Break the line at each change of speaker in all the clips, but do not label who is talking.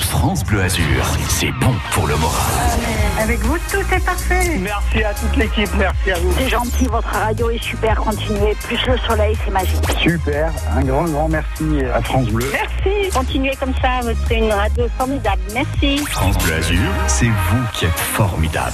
France Bleu Azur, c'est bon pour le moral.
Avec vous, tout est parfait.
Merci à toute l'équipe, merci à vous.
C'est gentil, votre radio est super, continuez. Plus le soleil, c'est magique.
Super, un grand, grand merci à France Bleu.
Merci. Continuez comme ça, c'est une radio formidable. Merci.
France Bleu Azur, c'est vous qui êtes formidable.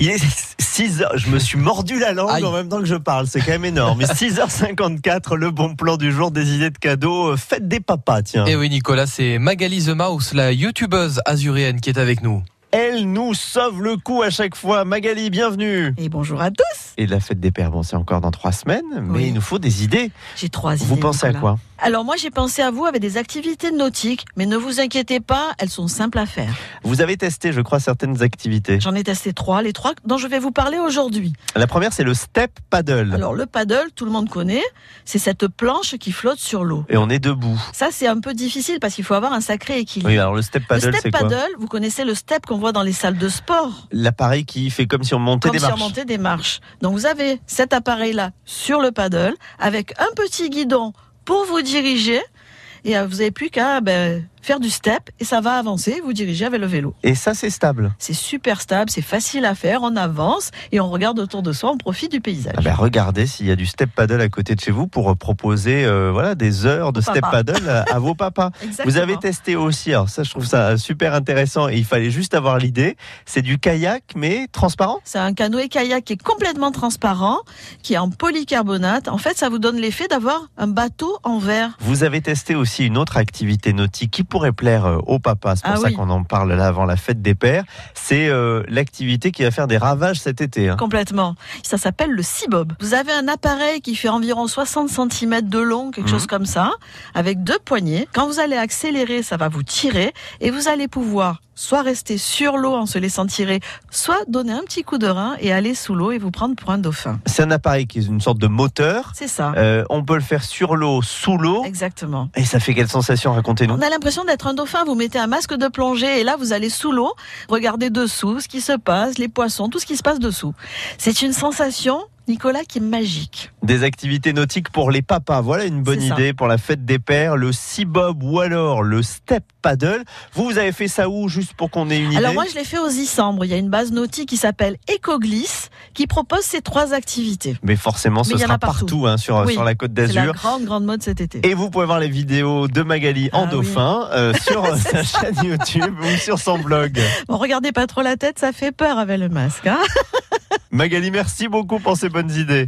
Il est 6 heures, je me suis mordu la langue
Aïe.
en même temps que je parle, c'est quand même énorme. 6h54, le bon plan du jour, des idées de cadeaux, euh, faites des papas, tiens.
Et Eh oui, Nicolas, c'est Magali The Mouse, la youtubeuse azuréenne qui est avec nous.
Elle nous sauve le coup à chaque fois. Magali, bienvenue.
Et bonjour à tous.
Et la fête des pères, bon, c'est encore dans trois semaines, mais
Oui.
il nous faut des idées.
J'ai trois idées.
Vous pensez à
Nicolas.
quoi
Alors moi j'ai pensé à vous avec des activités nautiques, mais ne vous inquiétez pas, elles sont simples à faire.
Vous avez testé, je crois, certaines activités.
J'en ai testé trois, les trois dont je vais vous parler aujourd'hui.
La première, c'est le step paddle.
Alors le paddle, tout le monde connaît, c'est cette planche qui flotte sur l'eau.
Et on est debout.
Ça c'est un peu difficile parce qu'il faut avoir un sacré équilibre.
Oui, alors le step paddle,
le
c'est
step
quoi
paddle, vous connaissez le step qu'on voit dans les salles de sport.
L'appareil qui fait comme si on montait
comme
des marches.
surmonter des marches. Donc vous avez cet appareil-là sur le paddle avec un petit guidon pour vous diriger. Et euh, vous n'avez plus qu'à ben, faire du step et ça va avancer, vous dirigez avec le vélo.
Et ça, c'est stable.
C'est super stable, c'est facile à faire, on avance et on regarde autour de soi, on profite du paysage.
Ah ben, regardez s'il y a du step paddle à côté de chez vous pour euh, proposer euh, voilà, des heures de
Aux
step
papas.
paddle à, à vos papas.
Exactement.
Vous avez testé aussi, alors ça je trouve ça super intéressant et il fallait juste avoir l'idée, c'est du kayak mais transparent.
C'est un canoë kayak qui est complètement transparent, qui est en polycarbonate. En fait, ça vous donne l'effet d'avoir un bateau en verre.
Vous avez testé aussi une autre activité nautique qui pourrait plaire euh, aux papas, c'est pour
Ah
ça
oui.
qu'on en parle là avant la fête des pères, c'est euh, l'activité qui va faire des ravages cet été. hein.
Complètement. Ça s'appelle le Seabob. Vous avez un appareil qui fait environ 60 cm de long, quelque
Mhm.
chose comme ça, avec deux poignées. Quand vous allez accélérer, ça va vous tirer et vous allez pouvoir soit rester sur l'eau en se laissant tirer, soit donner un petit coup de rein et aller sous l'eau et vous prendre pour un dauphin.
C'est un appareil qui est une sorte de moteur,
C'est ça.
Euh, on peut le faire sur l'eau, sous l'eau,
Exactement.
et ça fait quelle sensation, racontez-nous.
On a l'impression d'être un dauphin. Vous mettez un masque de plongée et là, vous allez sous l'eau, regardez dessous ce qui se passe, les poissons, tout ce qui se passe dessous. C'est une sensation, Nicolas, qui est magique.
Des activités nautiques pour les papas. Voilà une bonne
C'est ça.
idée pour la fête des pères, le bob ou alors le step paddle. Vous, vous avez fait ça où Juste pour qu'on ait une idée
Alors moi, je l'ai fait aux Isambres. Il y a une base nautique qui s'appelle EcoGliss qui propose ces trois activités.
Mais forcément, ce
Mais il y en
sera
a
partout,
partout.
hein, sur,
Oui,
sur la côte
C'est la
d'Azur.
grande, grande mode cet été.
Et vous pouvez voir les vidéos de Magali en
Ah oui.
dauphin euh, sur euh, sa chaîne YouTube ou sur son blog.
Bon, regardez pas trop la tête, ça fait peur avec le masque. hein.
Magali, merci beaucoup pour ces bonnes idées.